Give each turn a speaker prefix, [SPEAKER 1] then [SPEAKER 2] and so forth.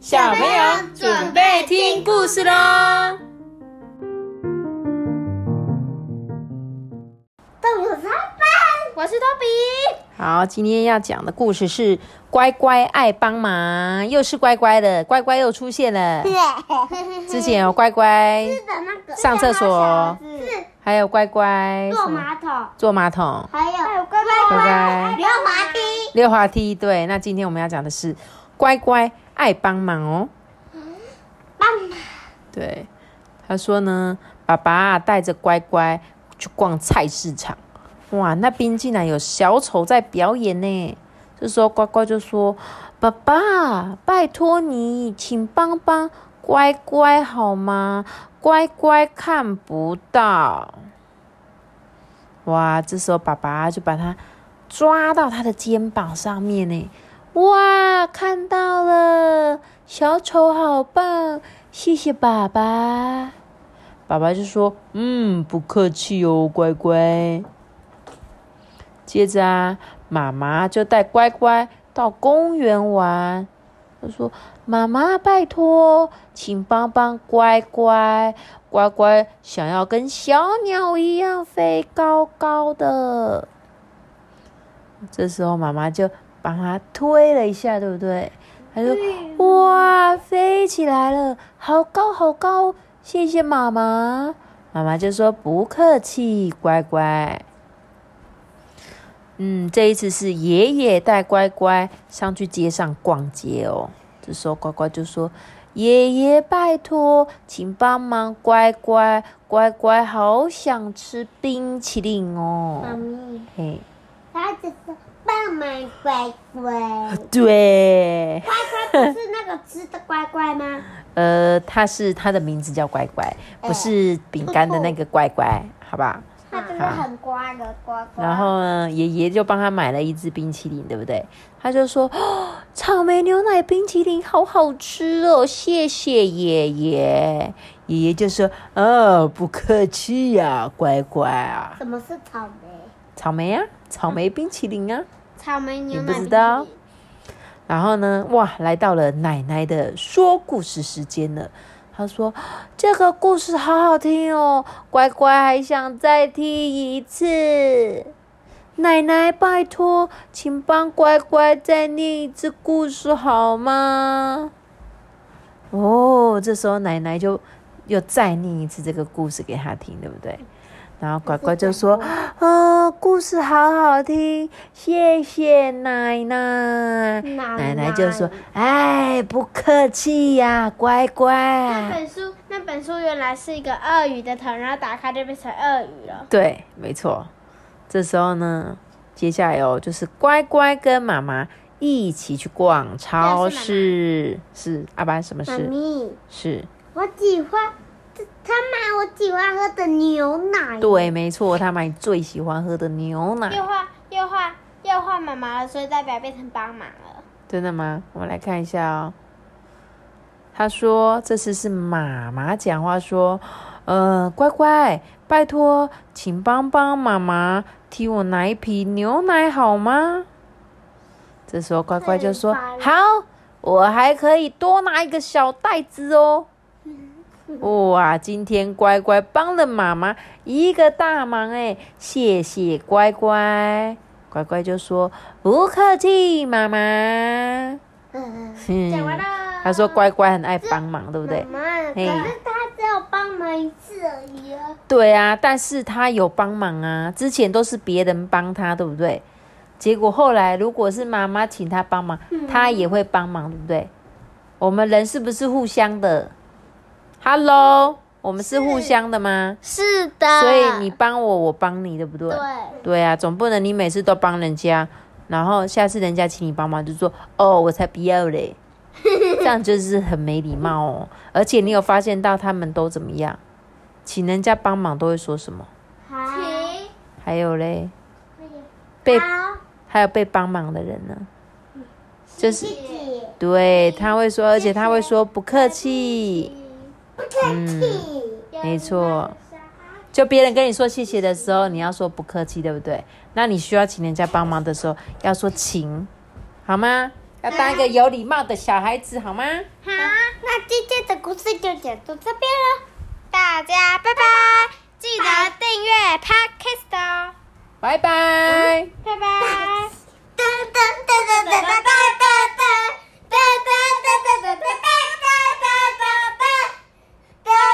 [SPEAKER 1] 小朋友准备听故事喽！
[SPEAKER 2] 动物超棒，我是托比。
[SPEAKER 1] 好，今天要讲的故事是《乖乖爱帮忙》，又是乖乖的，乖乖又出现了。
[SPEAKER 2] 对，
[SPEAKER 1] 之前有乖乖，
[SPEAKER 2] 是的那个
[SPEAKER 1] 上厕所
[SPEAKER 2] 是
[SPEAKER 1] 还有乖乖
[SPEAKER 2] 坐
[SPEAKER 1] 什么
[SPEAKER 2] 马桶，
[SPEAKER 1] 坐马桶、
[SPEAKER 2] 还有还有乖乖
[SPEAKER 1] 乖乖
[SPEAKER 2] 溜滑梯。
[SPEAKER 1] 溜滑梯。对，那今天我们要讲的是《乖乖爱帮忙》哦。
[SPEAKER 2] 帮忙
[SPEAKER 1] 对，他说呢，爸爸带着乖乖去逛菜市场，哇，那边竟然有小丑在表演呢。这时候乖乖就说：“爸爸，拜托你，请帮帮乖乖好吗？乖乖看不到。”哇，这时候爸爸就把他抓到他的肩膀上面呢。哇，看到了，小丑好棒，谢谢爸爸。爸爸就说：“嗯，不客气哦，乖乖。”接着啊，妈妈就带乖乖到公园玩。他说：“妈妈，拜托，请帮帮乖乖，乖乖想要跟小鸟一样飞高高的。”这时候妈妈就帮他推了一下，对不对？他就哇，飞起来了，好高好高！谢谢妈妈。妈妈就说不客气，乖乖。嗯，这一次是爷爷带乖乖上去街上逛街哦。这时候乖乖就说：“爷爷，拜托，请帮忙，乖乖，乖乖，好想吃冰淇淋哦。
[SPEAKER 2] 妈咪，”
[SPEAKER 1] 嘿，
[SPEAKER 2] 他只是帮忙乖乖，
[SPEAKER 1] 对。
[SPEAKER 2] 乖乖不是那个吃的乖乖吗？
[SPEAKER 1] 呃，它是它的名字叫乖乖，
[SPEAKER 2] 哦
[SPEAKER 1] 不是饼干的那个乖乖，好吧？
[SPEAKER 2] 他就是很乖的乖乖。
[SPEAKER 1] 然后呢，爷爷就帮他买了一支冰淇淋，对不对？他就说：“哦，草莓牛奶冰淇淋好好吃哦，谢谢爷爷。”爷爷就说：“哦，不客气呀、乖乖啊，
[SPEAKER 2] 什么是草莓？
[SPEAKER 1] 草莓啊，草莓冰淇淋啊。”
[SPEAKER 2] 草莓
[SPEAKER 1] 你
[SPEAKER 2] 牛奶
[SPEAKER 1] 不
[SPEAKER 2] 冰淇淋。
[SPEAKER 1] 知道然后呢，哇，来到了奶奶的说故事时间了。她说：“这个故事好好听哦，乖乖还想再听一次。”奶奶，拜托，请帮乖乖再念一次故事好吗？哦，这时候奶奶就又再念一次这个故事给他听，对不对？然后乖乖就说：“啊、故事好好听，谢谢奶奶。”奶
[SPEAKER 2] 奶
[SPEAKER 1] 奶就说：“哎，不客气呀、乖啊
[SPEAKER 3] 那
[SPEAKER 1] 乖。
[SPEAKER 3] 本书那本书原来是一个鳄鱼的头，然后打开就变成鳄鱼了”。
[SPEAKER 1] 对，没错。这时候呢，接下来哦，就是乖乖跟妈妈一起去逛超市。是阿班什么
[SPEAKER 2] 妈
[SPEAKER 1] 事？
[SPEAKER 2] 咪，
[SPEAKER 1] 是
[SPEAKER 2] 我喜欢，他买我喜欢喝的牛奶。
[SPEAKER 1] 对，没错，他买最喜欢喝的牛奶
[SPEAKER 3] 又。画又画又画妈妈了，所以代表变成帮忙了。
[SPEAKER 1] 真的吗？我们来看一下哦。他说：“这次是妈妈讲话说，呃，乖乖，拜托，请帮帮妈妈替我拿一瓶牛奶好吗？”这时候乖乖就说：“
[SPEAKER 2] 太
[SPEAKER 1] 好，我还可以多拿一个小袋子哦。”
[SPEAKER 2] 嗯
[SPEAKER 1] 哇！今天乖乖帮了妈妈一个大忙哎，谢谢乖乖。乖乖就说：“不客气，妈妈。
[SPEAKER 2] 嗯，
[SPEAKER 1] 嗯”
[SPEAKER 3] 讲完了。
[SPEAKER 1] 他说：“乖乖很爱帮忙，对不对
[SPEAKER 2] 妈妈，可
[SPEAKER 1] 嘿
[SPEAKER 2] 是他只有帮忙一次而已哦。？”
[SPEAKER 1] 对啊，但是他有帮忙啊，之前都是别人帮他，对不对？结果后来如果是妈妈请他帮忙，他也会帮忙，对不对？我们人是不是互相的？Hello，我们是互相的吗？
[SPEAKER 2] 是的
[SPEAKER 1] 所以你帮我，我帮你，对不对？
[SPEAKER 2] 对，
[SPEAKER 1] 对啊，总不能你每次都帮人家，然后下次人家请你帮忙就说哦，我才不要嘞，这样就是很没礼貌哦。而且你有发现到他们都怎么样，请人家帮忙都会说什么？
[SPEAKER 2] 好，
[SPEAKER 3] 停，
[SPEAKER 1] 还有嘞，被
[SPEAKER 3] 啊
[SPEAKER 2] 好，
[SPEAKER 1] 还有被帮忙的人呢，就是
[SPEAKER 2] 谢谢，
[SPEAKER 1] 对他会说，而且他会说不客气，
[SPEAKER 2] 不客气。
[SPEAKER 1] 嗯没错。就别人跟你说谢谢的时候，你要说不客气，对不对？那你需要请人家帮忙的时候，要说请，好吗？要当一个有礼貌的小孩子，好吗？
[SPEAKER 3] 好，那今天的故事就讲到这边了，大家拜拜，记
[SPEAKER 4] 记得订阅 Podcast 哦。
[SPEAKER 1] 拜拜。